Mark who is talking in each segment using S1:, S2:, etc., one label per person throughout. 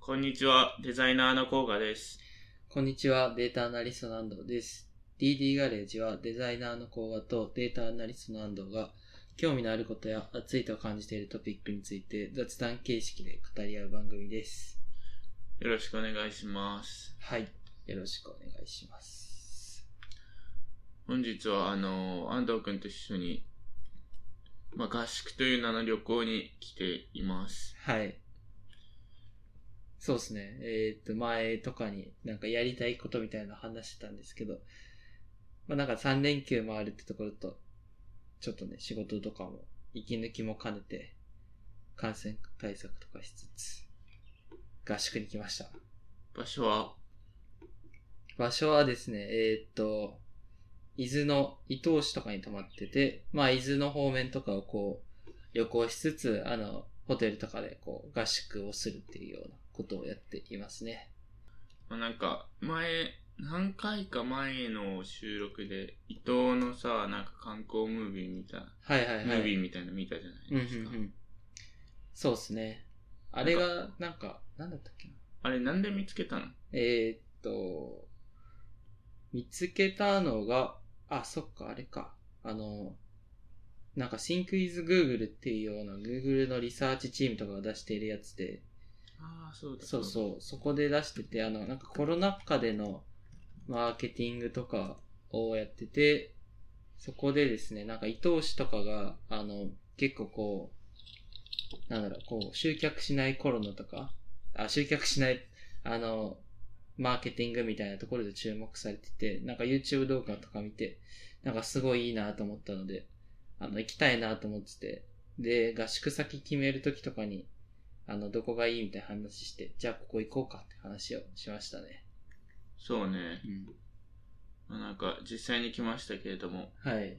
S1: こんにちは、デザイナーの甲賀です。
S2: こんにちは、データアナリストの安藤です。DD ガレージはデザイナーの甲賀とデータアナリストの安藤が興味のあることや熱いと感じているトピックについて雑談形式で語り合う番組です。
S1: よろしくお願いします。
S2: はい、よろしくお願いします。
S1: 本日は、あの、安藤くんと一緒に、まあ、合宿という名の旅行に来ています。
S2: はい。そうですね。えーっと、前とかになんかやりたいことみたいなの話してたんですけど、まあなんか3連休もあるってところと、ちょっとね、仕事とかも、息抜きも兼ねて、感染対策とかしつつ、合宿に来ました。
S1: 場所は、
S2: 場所はですね、えーっと、伊豆の伊東市とかに泊まってて、まあ伊豆の方面とかをこう、旅行しつつ、あの、ホテルとかでこう、合宿をするっていうようなことをやっていますね。
S1: まあ、なんか、前、何回か前の収録で、伊藤のさ、なんか観光ムービー見た、
S2: はいはいはい。
S1: ムービーみたいなの見たじゃ
S2: うんう
S1: なんいですか。
S2: うん。そうですね。あれが、なんか、なんだったっけな。
S1: あれ、なんで見つけたの
S2: えーっと、見つけたのが、あ、そっか、あれか。あの、なんか、シンクイズ Google っていうような Google のリサーチチームとかが出しているやつで、
S1: ああ、そうだ
S2: そうそう、そこで出してて、あの、なんかコロナ禍でのマーケティングとかをやってて、そこでですね、なんか伊藤氏とかが、あの、結構こう、なんだろう、こう、集客しないコロナとか、あ、集客しない、あの、マーケティングみたいなところで注目されてて、なんか YouTube 動画とか見て、なんかすごいいいなと思ったので、あの、行きたいなと思ってて、で、合宿先決めるときとかに、あの、どこがいいみたいな話して、じゃあここ行こうかって話をしましたね。
S1: そうね。
S2: うん。
S1: まあ、なんか、実際に来ましたけれども、
S2: はい。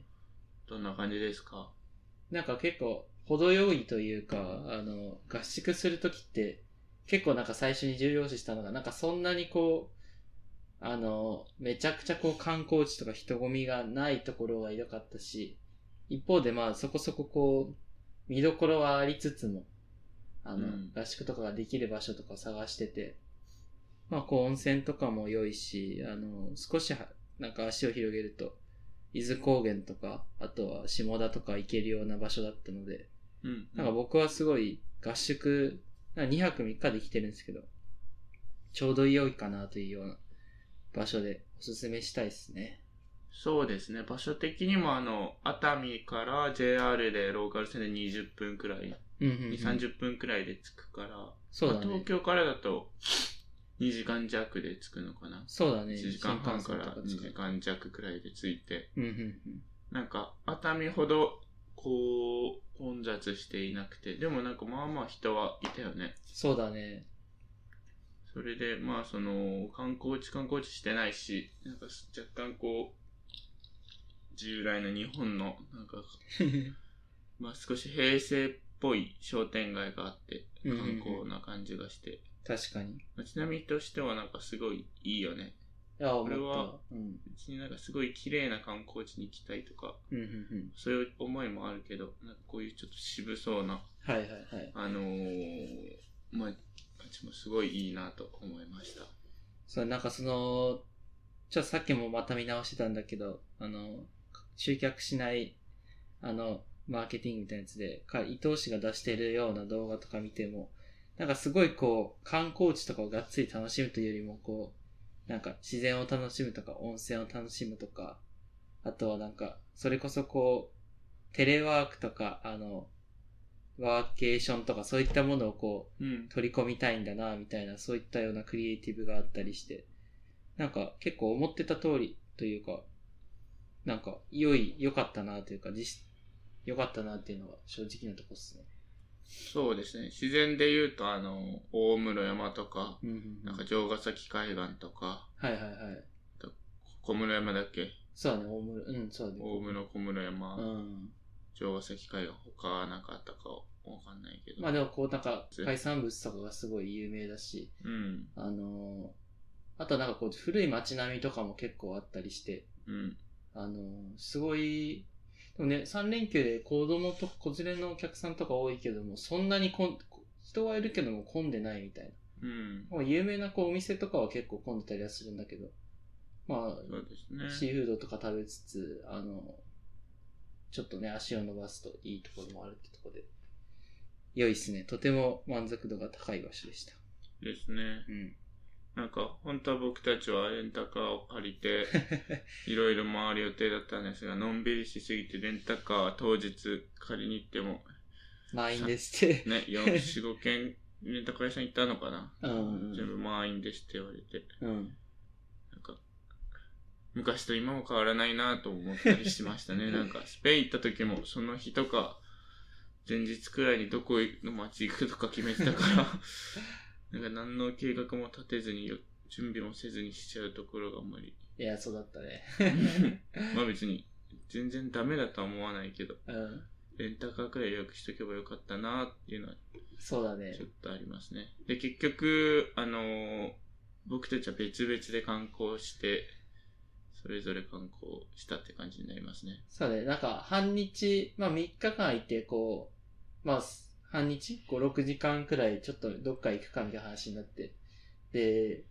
S1: どんな感じですか
S2: なんか結構、程よいというか、あの、合宿するときって、結構なんか最初に重要視したのが、なんかそんなにこう、あの、めちゃくちゃこう観光地とか人混みがないところが良かったし、一方でまあそこそここう、見どころはありつつも、あの、
S1: うん
S2: 合宿とかができる場所とかを探してて、まあこう温泉とかも良いし、あの、少しはなんか足を広げると、伊豆高原とか、あとは下田とか行けるような場所だったので、
S1: うん。
S2: なんか僕はすごい合宿、なんか2泊3日で来てるんですけど、ちょうど良いかなというような場所でおすすめしたいですね。
S1: そうですね。場所的にもあの、熱海から JR でローカル線で20分くらい、
S2: うんうん、うん。
S1: 2、30分くらいで着くから、
S2: そうだ
S1: まあ東
S2: ね。
S1: 京からだと2時間弱で着くのかな。
S2: そうだね。
S1: 1時間半から2
S2: 新幹線
S1: 時
S2: とか
S1: 間弱くらいで着いて、
S2: 使う。うんうんうん。
S1: なんか熱海ほどこう混雑していなくて、でもなんかまあまあ人はいたよね。
S2: そうだね。
S1: それでまあその観光地観光地してないし、なんか若干こう従来の日本のなんかまあ、少し平成っぽい商店街があって、
S2: うん
S1: 観光な感じがして、
S2: 確かに。
S1: 街並みとしてはなんかすごいいいよね。
S2: いや、思
S1: これ
S2: っ
S1: は
S2: た。うん。
S1: 別になんかすごい綺麗な観光地に行きたいとか、
S2: うんうんうん。
S1: そういう思いもあるけど、なんかこういうちょっと渋そうな、
S2: はいはいはい。
S1: あのー、まあ、街もすごいいいなと思いました。
S2: そう、なんかその、ちょっとさっきもまた見直してたんだけど、あの、集客しない、あの、マーケティングみたいなやつで、か伊藤氏が出してるような動画とか見ても、なんかすごいこう、観光地とかをがっつり楽しむというよりも、こう、なんか自然を楽しむとか、温泉を楽しむとか、あとはなんか、それこそこう、テレワークとか、あの、ワーケーションとかそういったものをこう、
S1: うん。
S2: 取り込みたいんだなみたいなそういったようなクリエイティブがあったりしてなんか結構思ってた通りというかなんか良い良かったなというか実良かったなっていうのは正直なとこっすね
S1: そうですね。自然で言うと、あの、大室山とか、
S2: うん
S1: なんか
S2: はい
S1: 城ヶ崎海岸とか、
S2: はいはい
S1: 小室山だっけ
S2: そうだね大村うんそうだね
S1: 大室小室山。
S2: うん
S1: 城ヶ崎海岸他なんかあったかわかんないけど。
S2: まあでもこうなんか海産物とかがすごい有名だし
S1: うん。
S2: あのーあとはなんかこう古い街並みとかも結構あったりして
S1: うん。
S2: あの、すごい、でもね、3連休で子供と子連れのお客さんとか多いけども、そんなにこん人はいるけども混んでないみたいな
S1: うん。
S2: まあ、有名なこうお店とかは結構混んでたりはするんだけど、ま
S1: そうです
S2: あ、
S1: ね。
S2: シーフードとか食べつつ、あの、ちょっとね、足を伸ばすといいところもあるってところで、良いっすね。とても満足度が高い場所でした。
S1: ですね。
S2: うん。
S1: なんか、本当は僕たちはレンタカーを借りて、 いろいろ回る予定だったんですが、のんびりしすぎて、レンタカーは当日借りに行っても、
S2: 満員ですっ て。
S1: ね、4、5軒、レンタカー屋さん行ったのかな。
S2: うん
S1: 全部満員ですって言われて、
S2: うん。
S1: なんか、昔と今も変わらないなと思ったりしましたね。なんか、スペイン行った時も、その日とか、前日くらいにどこの街行くとか決めてたから、なんか何の計画も立てずに、準備もせずにしちゃうところがあんまり。
S2: いや、そうだっ たね。
S1: まあ別に、全然ダメだとは思わないけど、
S2: うん。
S1: レンタカーくらい予約しとけばよかったなっていうのは
S2: そうだね
S1: ちょ。っとありますね。で、結局、あのー僕たちは別々で観光して、それぞれ観光したって感じになりますね。
S2: そうだね。なんか、半日、まあ3日間空いて、こう、まあ、す半日 ?5、6時間くらい、ちょっとどっか行くかみたいな話になって。で、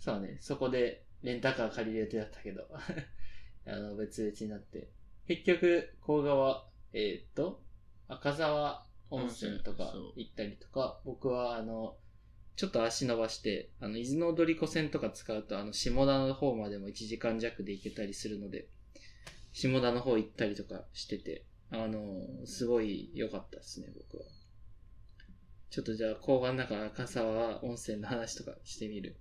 S2: そうだね。そこで、レンタカー借りる予定だったけど、 あの、別々になって。結局、甲賀は、えーっと、赤沢温泉と
S1: 温
S2: か
S1: 泉そう
S2: 行ったりとか、僕は、あの、ちょっと足伸ばして、あの、伊豆の踊り子線とか使うと、あの、下田の方までも1時間弱で行けたりするので、下田の方行ったりとかしてて、あの、すごい良かったですね、僕は。ちょっとじゃあ、後半だから赤沢温泉の話とかしてみる。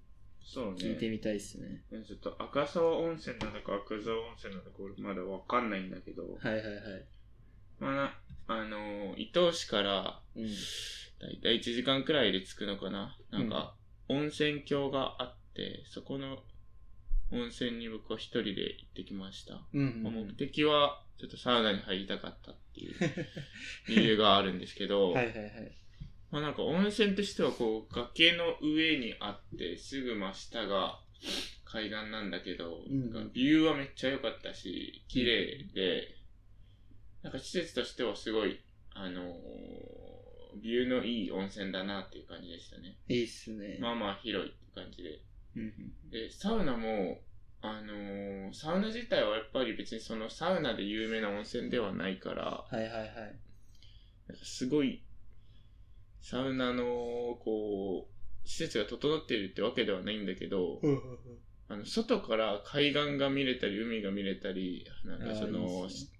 S1: そうね
S2: 聞いてみたいですね。
S1: ちょっと赤沢温泉なのか赤沢温泉なのか俺まだわかんないんだけど、
S2: はいはいはい。
S1: まあな、あのー伊東市から、
S2: うん
S1: だいたい1時間くらいで着くのかな。なんか、温泉郷があって、そこの温泉に僕は一人で行ってきました。
S2: うん、
S1: ま
S2: う
S1: あ
S2: ん
S1: 目的は、ちょっとサウナに入りたかったって いう理由があるんですけど、
S2: はいはいはい。
S1: まあなんか温泉としてはこう、崖の上にあって、すぐ真下が階段なんだけど、
S2: うん
S1: なんかビューはめっちゃ良かったし、綺麗で、なんか施設としてはすごい、あのービューのいい温泉だなっていう感じでしたね。
S2: いいっすね。
S1: まあまあ広いって感じで。
S2: うん
S1: で、サウナも、あのーサウナ自体はやっぱり別にそのサウナで有名な温泉ではないから、
S2: はいはいはい。
S1: なんかすごい、サウナの、こう、施設が整っているってわけではないんだけど、あの、外から海岸が見れたり、海が見れたり、なんかそ
S2: あーいい
S1: の、
S2: っす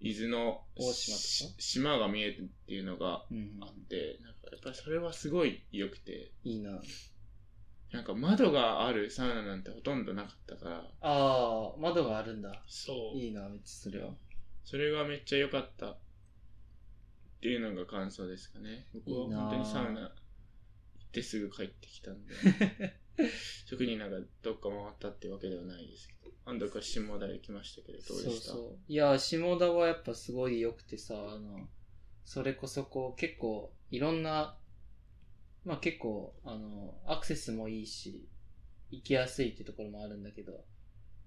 S1: 伊豆の
S2: 大島とか
S1: し島が見えるっていうのが
S2: うん
S1: あって、なんかやっぱりそれはすごい良くて、
S2: いいな。
S1: なんか窓があるサウナなんてほとんどなかったから、
S2: ああ、窓があるんだ。
S1: そう。
S2: いいな、めっちゃそれは。
S1: それがめっちゃ良かったっていうのが感想ですかね。僕
S2: いいな
S1: は
S2: ぁ
S1: 本当にサウナ行ってすぐ帰ってきたんで、 特になんかどっか回ったってわけではないですけど、安藤君は下田へ行きましたけど、どうでした
S2: そうそう。いや、下田はやっぱすごい良くてさ、あの、それこそこう、結構、いろんな、まあ結構、あの、アクセスもいいし、行きやすいってところもあるんだけど、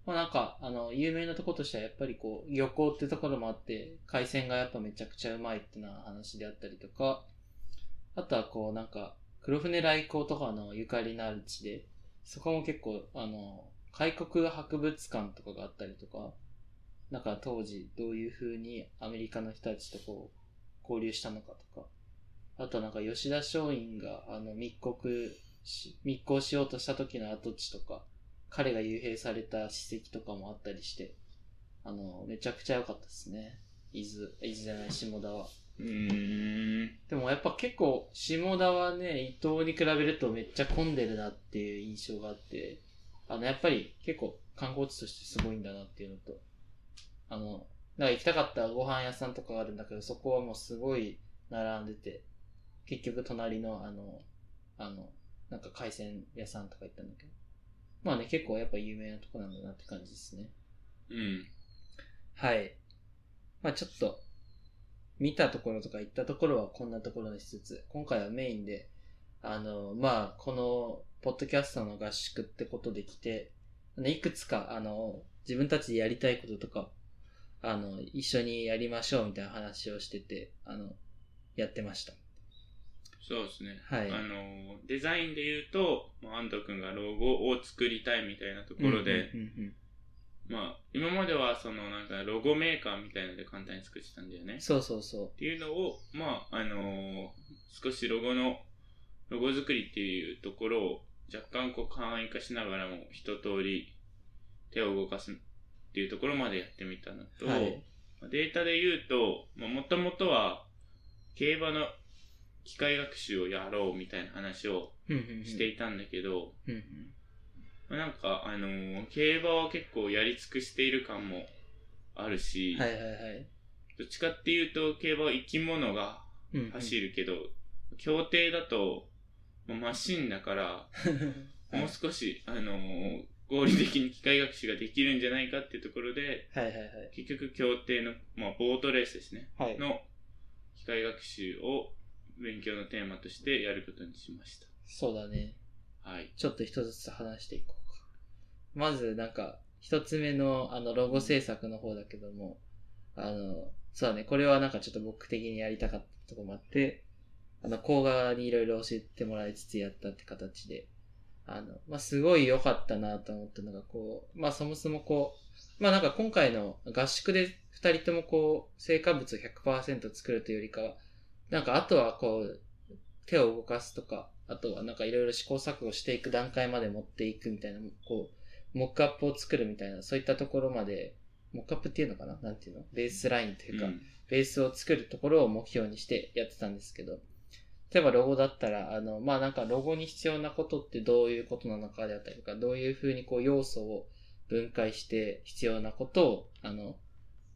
S2: まあなんか、あの、有名なとことしてはやっぱりこう、漁港ってところもあって、海鮮がやっぱめちゃくちゃうまいってな話であったりとか、あとはこう、なんか、黒船来航とかのゆかりのある地で、そこも結構、あの、開国博物館とかがあったりとか、なんか当時どういう風にアメリカの人たちとこう交流したのかとか、あとなんか吉田松陰があの密告し、密航しようとした時の跡地とか、彼が幽閉された史跡とかもあったりして、あの、めちゃくちゃ良かったですね。伊豆、伊豆じゃない下田は。
S1: うーん。
S2: でもやっぱ結構下田はね、伊東に比べるとめっちゃ混んでるなっていう印象があって、あの、やっぱり結構観光地としてすごいんだなっていうのと、あの、なんか行きたかったご飯屋さんとかがあるんだけど、そこはもうすごい並んでて、結局隣のあの、あの、なんか海鮮屋さんとか行ったんだけど、まあね、結構やっぱ有名なとこなんだなって感じですね。
S1: うん。
S2: はい。まあちょっと、見たところとか行ったところはこんなところにしつつ、今回はメインで、あの、まあこの、ポッドキャストの合宿ってことで来て、あのいくつか、あの、自分たちでやりたいこととか、あの、一緒にやりましょうみたいな話をしてて、あの、やってました。
S1: そうですね。
S2: はい
S1: あの、デザインで言うと、まあ、安藤くんがロゴを作りたいみたいなところで、
S2: うんうん
S1: まあ、今まではそのなんかロゴメーカーみたいので簡単に作ってたんだよ
S2: う
S1: ね
S2: ん、。そうそうそ
S1: っていうのを、まあ、あのー少しロゴの、ロゴ作りっていうところを若干こう簡易化しながらも一通り手を動かすっていうところまでやってみたの
S2: う。
S1: と、
S2: はい。
S1: まあデータで言うと、まあ、もともとは競馬の機械学習をやろうみたいな話をしていたんだけど、
S2: うんうん
S1: まあなんか、あのー競馬は結構やり尽くしている感もあるし、
S2: はいはいはい。
S1: どっちかっていうと競馬は生き物が
S2: うんうん
S1: 走 るけど、競艇だと、まあマシンだから、もう少し、あのー合理的に機械学習ができるんじゃないかっていうところで、
S2: はいはい
S1: 結局競艇の、まあ、ボートレースですね、
S2: はい。はい。
S1: の機械学習を勉強のテーマとしてやることにしまし
S2: そうだね。
S1: た。はい。
S2: ちょっと一つずつ話していこうか。まず、なんか、一つ目の、あの、ロゴ制作の方だけども、あの、そうだね、これはなんかちょっと僕的にやりたかったとこもあって、あの、甲賀にいろいろ教えてもらいつつやったって形で、あの、まあ、すごい良かったなと思ったのが、こう、まあ、そもそもこう、まあ、なんか今回の合宿で二人ともこう、成果物を100%作るというよりかは、なんかあとはこう、手を動かすとか、あとはなんかいろいろ試行錯誤していく段階まで持っていくみたいな、こう、モックアップを作るみたいな、そういったところまで、モックアップっていうのかななんていうのベースラインというか、
S1: うん
S2: ベースを作るところを目標にしてやってたんですけど、例えばロゴだったら、あの、まあ、なんかロゴに必要なことってどういうことなのかであったりとか、どういうふうにこう要素を分解して必要なことを、あの、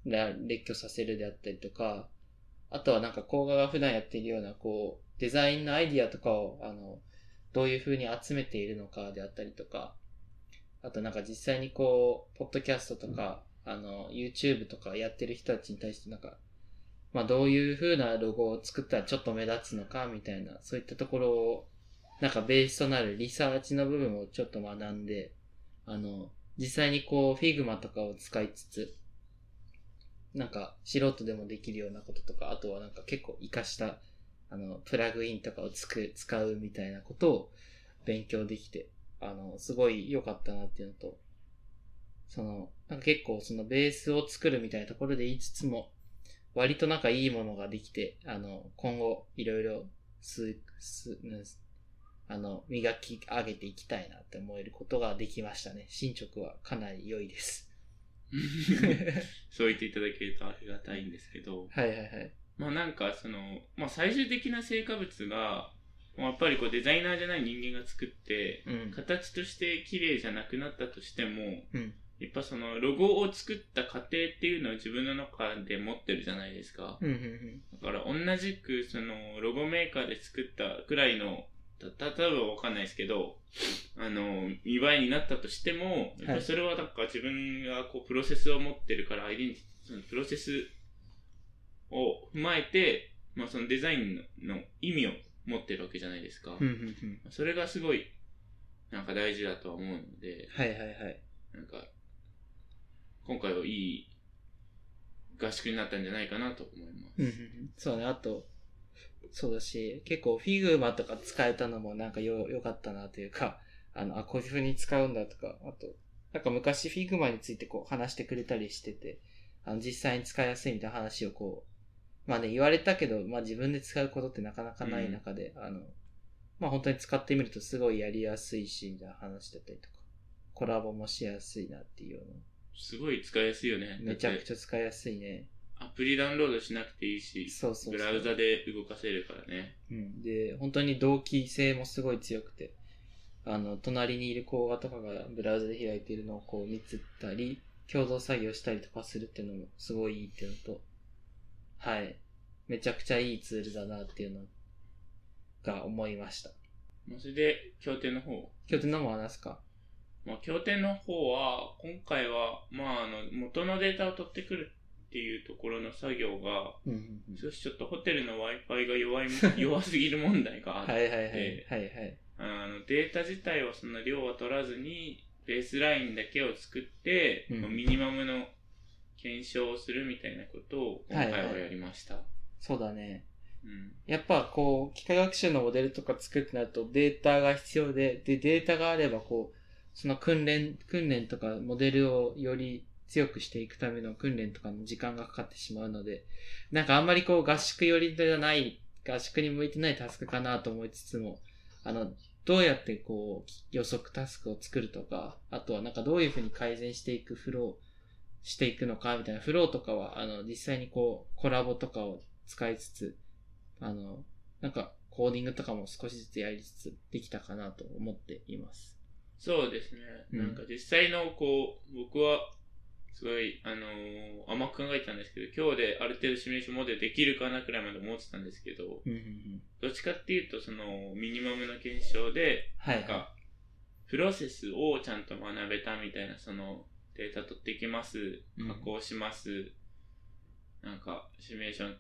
S2: ら列挙させるであったりとか、あとはなんか工画が普段やっているような、こう、デザインのアイディアとかを、あの、どういうふうに集めているのかであったりとか、あとなんか実際にこう、ポッドキャストとか、あの、YouTube とかやってる人たちに対してなんか、まあ、どういう風なロゴを作ったらちょっと目立つのかみたいな、そういったところを、なんかベースとなるリサーチの部分をちょっと学んで、あの、実際にこう、Figma とかを使いつつ、なんか素人でもできるようなこととか、あとはなんか結構活かした、あの、プラグインとかをつく、使うみたいなことを勉強できて、あの、すごい良かったなっていうのと、その、なんか結構そのベースを作るみたいなところで言いつつも、割となんかいいものができて、あの、今後いろいろ、す、す、うんあの、磨き上げていきたいなって思えることができましたね。進捗はかなり良いです。
S1: そう言っていただけるとありがたいんですけど、
S2: はいはいはい。
S1: まあなんかその、まあ最終的な成果物が、まあやっぱりこうデザイナーじゃない人間が作って、
S2: うん。
S1: 形として綺麗じゃなくなったとしても、
S2: うん。
S1: やっぱそのロゴを作った過程っていうのを自分の中で持ってるじゃないですか。
S2: うんうんうん。
S1: だから同じくそのロゴメーカーで作ったくらいの、た、た、例えばわかんないですけど、あの、見栄えになったとしても、やっぱりそれはなんか自分がこうプロセスを持ってるから、アイデンティそのプロセスを踏まえて、まあそのデザインのの意味を持ってるわけじゃないですか。
S2: うんうんうん。
S1: それがすごい、なんか大事だとは思うので、
S2: はいはいはい。
S1: なんか、今回はいい合宿になったんじゃないかなと思いま
S2: うんうんう
S1: す。
S2: ん。そうね、あと、そうだし、結構フィグマとか使えたのもなんかよ、良かったなというか、あの、あ、こういう風に使うんだとか、あと、なんか昔フィグマについてこう話してくれたりしてて、あの、実際に使いやすいみたいな話をこう、まあね、言われたけど、まあ自分で使うことってなかなかない中で、あの、まあ本当に使ってみるとすごいやりやすいし、みたいな話だったりとか、コラボもしやすいなっていうよう
S1: すごい使いやすいよね。
S2: な、めちゃく
S1: ゃ。
S2: ちゃ使いやすいね。
S1: アプリダウンロードしなくていいし、
S2: そうそうそう。
S1: ブラウザで動かせるからね。
S2: うん、で、本当に同期性もすごい強くて、あの、隣にいる子がとかがブラウザで開いてるのをこう見つったり、共同作業したりとかするっていうのもすごいいいっていうのと、はい。めちゃくちゃいいツールだなっていうのが思いました。
S1: まあそれで、協定の方。
S2: 今日どんなもん話すか
S1: まあ、協定の方は、今回は、まあ、あの、元のデータを取ってくるっていうところの作業が、
S2: うんうんうん
S1: 少しちょっとホテルの Wi-Fi が弱いも、弱すぎる問題があって
S2: はいはいはい。
S1: で
S2: はいはい。
S1: あのデータ自体はそんな量は取らずにベースラインだけを作って、
S2: うん
S1: まあミニマムの検証をするみたいなことを今回ははい
S2: はい
S1: やりました、
S2: そうだね。
S1: うん。
S2: やっぱこう、機械学習のモデルとか作ってなるとデータが必要で、で、データがあればこう、その訓練、訓練とかモデルをより強くしていくための訓練とかに時間がかかってしまうので、なんかあんまりこう合宿寄りではない、合宿に向いてないタスクかなと思いつつも、あの、どうやってこう予測タスクを作るとか、あとはなんかどういうふうに改善していくフローしていくのかみたいなフローとかは、あの、実際にこうコラボとかを使いつつ、あの、なんか、コーディングとかも少しずつやりつつできたかなと思っています。
S1: そうですね。
S2: うん
S1: なんか実際のこう、僕は、すごい、あのー甘く考えてたんですけど、今日である程度シミュレーションモデルできるかなくらいまで思ってたんですけど、
S2: うんうんうん。
S1: どっちかっていうと、その、ミニマムな検証で、
S2: はい、
S1: なんか、プロセスをちゃんと学べたみたいな、その、データ取ってきます、
S2: うん
S1: 加工します、なんか、シミュレーション、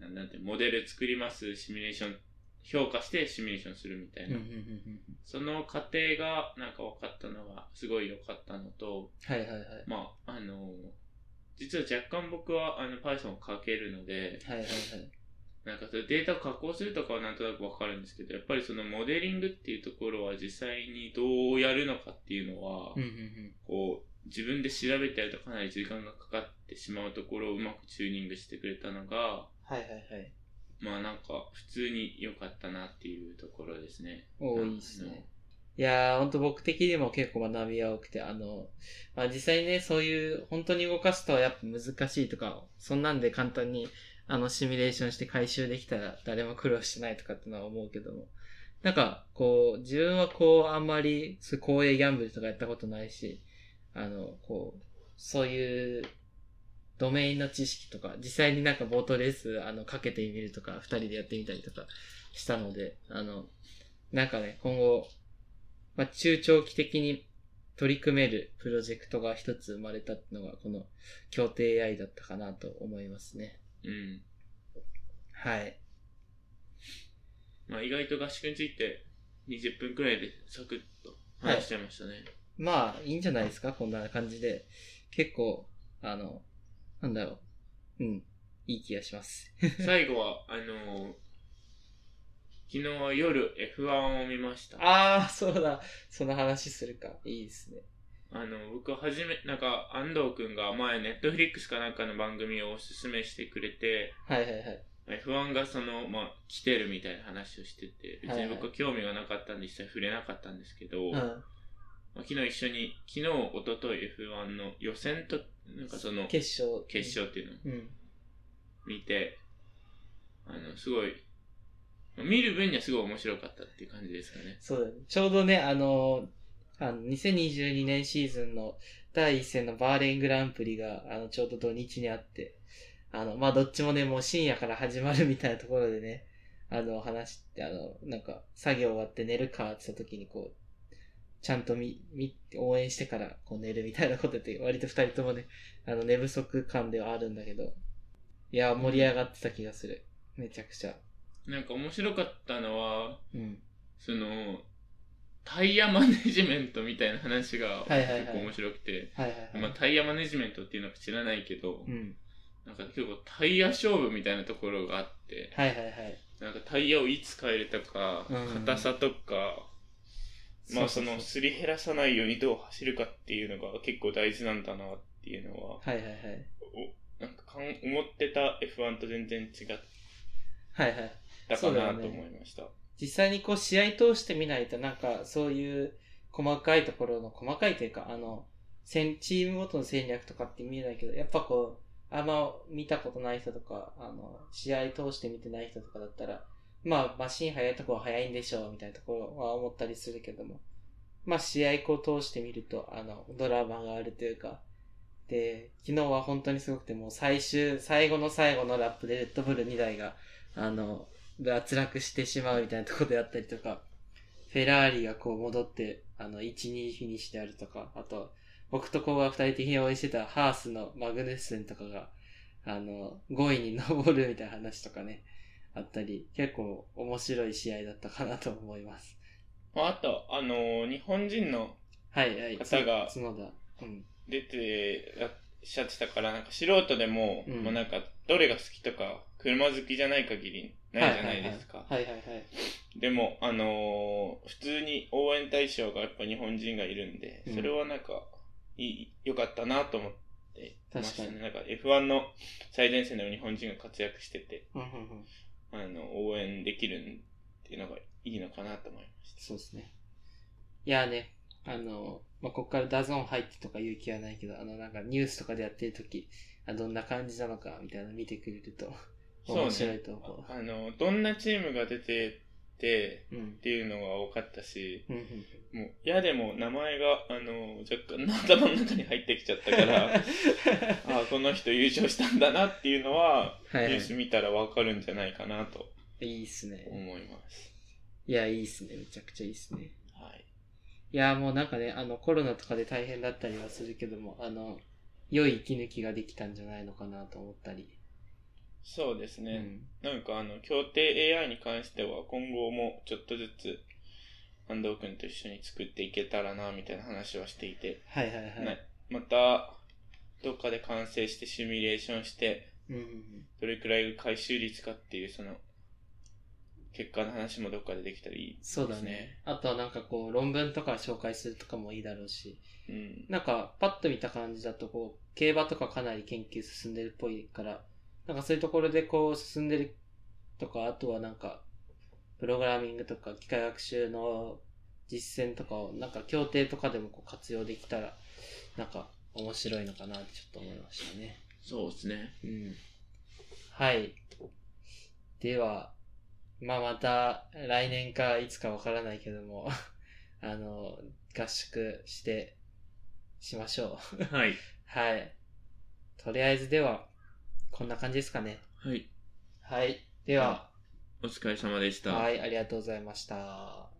S1: なんなんて、モデル作ります、シミュレーション、評価してシミュレーションするみたい
S2: うんう
S1: な。
S2: んうんうんうん。
S1: その過程が、なんか分かったのが、すごい良かったのと、
S2: はいはいはい。
S1: まあ、あの、実は若干僕は、あの、Python を書けるので、
S2: はいはいはい。
S1: なんかそれデータを加工するとかはなんとなくわかるんですけど、やっぱりそのモデリングっていうところは実際にどうやるのかっていうのは、
S2: うんうんうん。
S1: こう、自分で調べてやるとかなり時間がかかってしまうところをうまくチューニングしてくれたのが、
S2: はいはいはい。
S1: まあなんか普通に良かったなっていうところですね。
S2: 多いですね。いやー、ほんと僕的にも結構学びは多くて、あの、まあ、実際にね、そういう、本当に動かすとやっぱ難しいとか、そんなんで簡単に、あの、シミュレーションして回収できたら誰も苦労してないとかってのは思うけども、なんか、こう、自分はこう、あんまり、そういう公営ギャンブルとかやったことないし、あの、こう、そういう、ドメインの知識とか、実際になんかボートレース、あの、かけてみるとか、二人でやってみたりとかしたので、あの、なんかね、今後、まあ、中長期的に取り組めるプロジェクトが一つ生まれたのが、この協定 AI だったかなと思いますね。
S1: うん。
S2: はい。
S1: まあ意外と合宿について20分くらいでサクッと話しちゃいましたね。
S2: まあ、いいんじゃないですかこんな感じで。結構、あの、なんだろう。うん。いい気がします。
S1: 最後は、あの昨日夜 F1 を見ました。
S2: ああ、そうだ。その話するか。いいですね。
S1: あの、僕は初め、なんか、安藤くんが前、ネットフリックスかなんかの番組をおすすめしてくれて、
S2: はいはいはい。
S1: F1 がその、まあ、来てるみたいな話をしてて、別
S2: は
S1: に
S2: いはい
S1: 僕は興味がなかったんで、実際触れなかったんですけど、
S2: うん。
S1: まあ、昨日一緒に、昨日、一昨日 F1 の予選と、なんかその、決
S2: 決勝。
S1: 勝っていうのを
S2: 勝。うん。
S1: 見て、あの、すごい、まあ見る分にはすごい面白かったっていう感じですかね。
S2: そうだね。ちょうどね、あの、あの2022年シーズンの第一戦のバーレングランプリが、あの、ちょうど土日にあって、あの、まあ、どっちもね、もう深夜から始まるみたいなところでね、あの、話して、あの、なんか、作業終わって寝るかって言った時に、こう、ちゃんと見、見、応援してから、こう寝るみたいなことやって、割と二人ともね、あの、寝不足感ではあるんだけど、いや、盛り上がってた気がする。めちゃくちゃ。
S1: なんか面白かったのは、
S2: うん。
S1: そのタイヤマネジメントみたいな話が
S2: はいはいはい
S1: 結構面白くて、
S2: はいはいは
S1: ま
S2: い
S1: あ、。タイヤマネジメントっていうのか知らないけど、
S2: うん。
S1: なんか結構タイヤ勝負みたいなところがあって
S2: はいはいはい。
S1: なんかタイヤをいつ変えるとか、
S2: うん
S1: 硬さとか、まあそのすり減らさないようにどう走るかっていうのが結構大事なんだなっていうのは
S2: はいはいはい。
S1: なんかかん思ってた F1 と全然違っ
S2: はいはい。
S1: た
S2: そ
S1: か
S2: うだ
S1: な
S2: よね
S1: と思いました。
S2: 実際にこう試合通してみないと、なんかそういう細かいところの、細かいというか、あの、戦チームごとの戦略とかって見えないけど、やっぱこう、あんま見たことない人とか、あの、試合通して見てない人とかだったら、まあ、マシン速いとこは速いんでしょう、みたいなところは思ったりするけども、まあ、試合こう通してみると、あの、ドラマがあるというか、で、昨日は本当にすごくて、もう最終、最後の最後のラップでレッドブル2台が、あの、脱落してしまうみたいなところであったりとか、フェラーリがこう戻って、あの、1、2フィニッシュであるとか、あと、僕とこうが2人的に応援してたハースのマグネッセンとかが、あの、5位に上るみたいな話とかね、あったり、結構面白い試合だったかなと思います。
S1: まあ、あと、あのー日本人の
S2: はいはい。
S1: 方が
S2: 角田。うん。
S1: 出てらっしゃってたからなんか素人でも、
S2: うん
S1: もうなんかどれが好きとか車好きじゃない限りないじゃないですか。
S2: はいはいはい。
S1: でも、あのー普通に応援対象がやっぱ日本人がいるんで
S2: う、ん
S1: それはなんか、いい、良かったなと思ってましたね。
S2: 確
S1: なんか F1 の最前線でも日本人が活躍してて、
S2: うんうんうん。
S1: あの、応援できるっていうのがいいのかなと思いました。
S2: そうですね。いやね、あの、まあ、ここからダゾーン入ってとか言う気はないけど、あの、なんかニュースとかでやってるとき、あどんな感じなのかみたいなの見てくれると
S1: そうね
S2: 面白いと思
S1: あの、どんなチームが出てて
S2: う。うん
S1: っ。ていうのが多かったし、
S2: うんうん
S1: もう、嫌でも名前が、あの、若干頭の中に入ってきちゃったから、 ああ、この人優勝したんだなっていうのは、ニ
S2: はい、は
S1: ュース
S2: い。
S1: 見たらわかるんじゃないかなと
S2: いいっすね。
S1: 思います。
S2: いや、いいっすね。めちゃくちゃいいっすね。
S1: はい。
S2: いや、もうなんかね、あの、コロナとかで大変だったりはするけども、あの、良い息抜きができたんじゃないのかなと思ったり。
S1: そうです
S2: う
S1: ね。
S2: ん。
S1: なんかあの、協定 AI に関しては今後もちょっとずつ、安藤くんと一緒に作っていけたらな、みたいな話はしていて、
S2: はいはいはい。
S1: ねまた、どっかで完成してシミュレーションして、
S2: うんうんうん。
S1: どれくらいが回収率かっていう、その、結果の話もどっかでできたらいい。
S2: そうだ
S1: ですね
S2: ね。あとはなんかこう、論文とか紹介するとかもいいだろうし、
S1: うん。
S2: なんかパッと見た感じだとこう競馬とかかなり研究進んでるっぽいからなんかそういうところでこう進んでるとかあとはなんかプログラミングとか機械学習の実践とかをなんか協定とかでもこう活用できたらなんか面白いのかなってちょっと思いましたね。
S1: そうですね。
S2: うん。はい。では、まあ、また来年かいつかわからないけども、 あの、合宿して、しましょう。
S1: はい。
S2: はい。とりあえずでは、こんな感じですかね。
S1: はい。
S2: はい。では、
S1: お疲れ様でした。
S2: はい、ありがとうございました。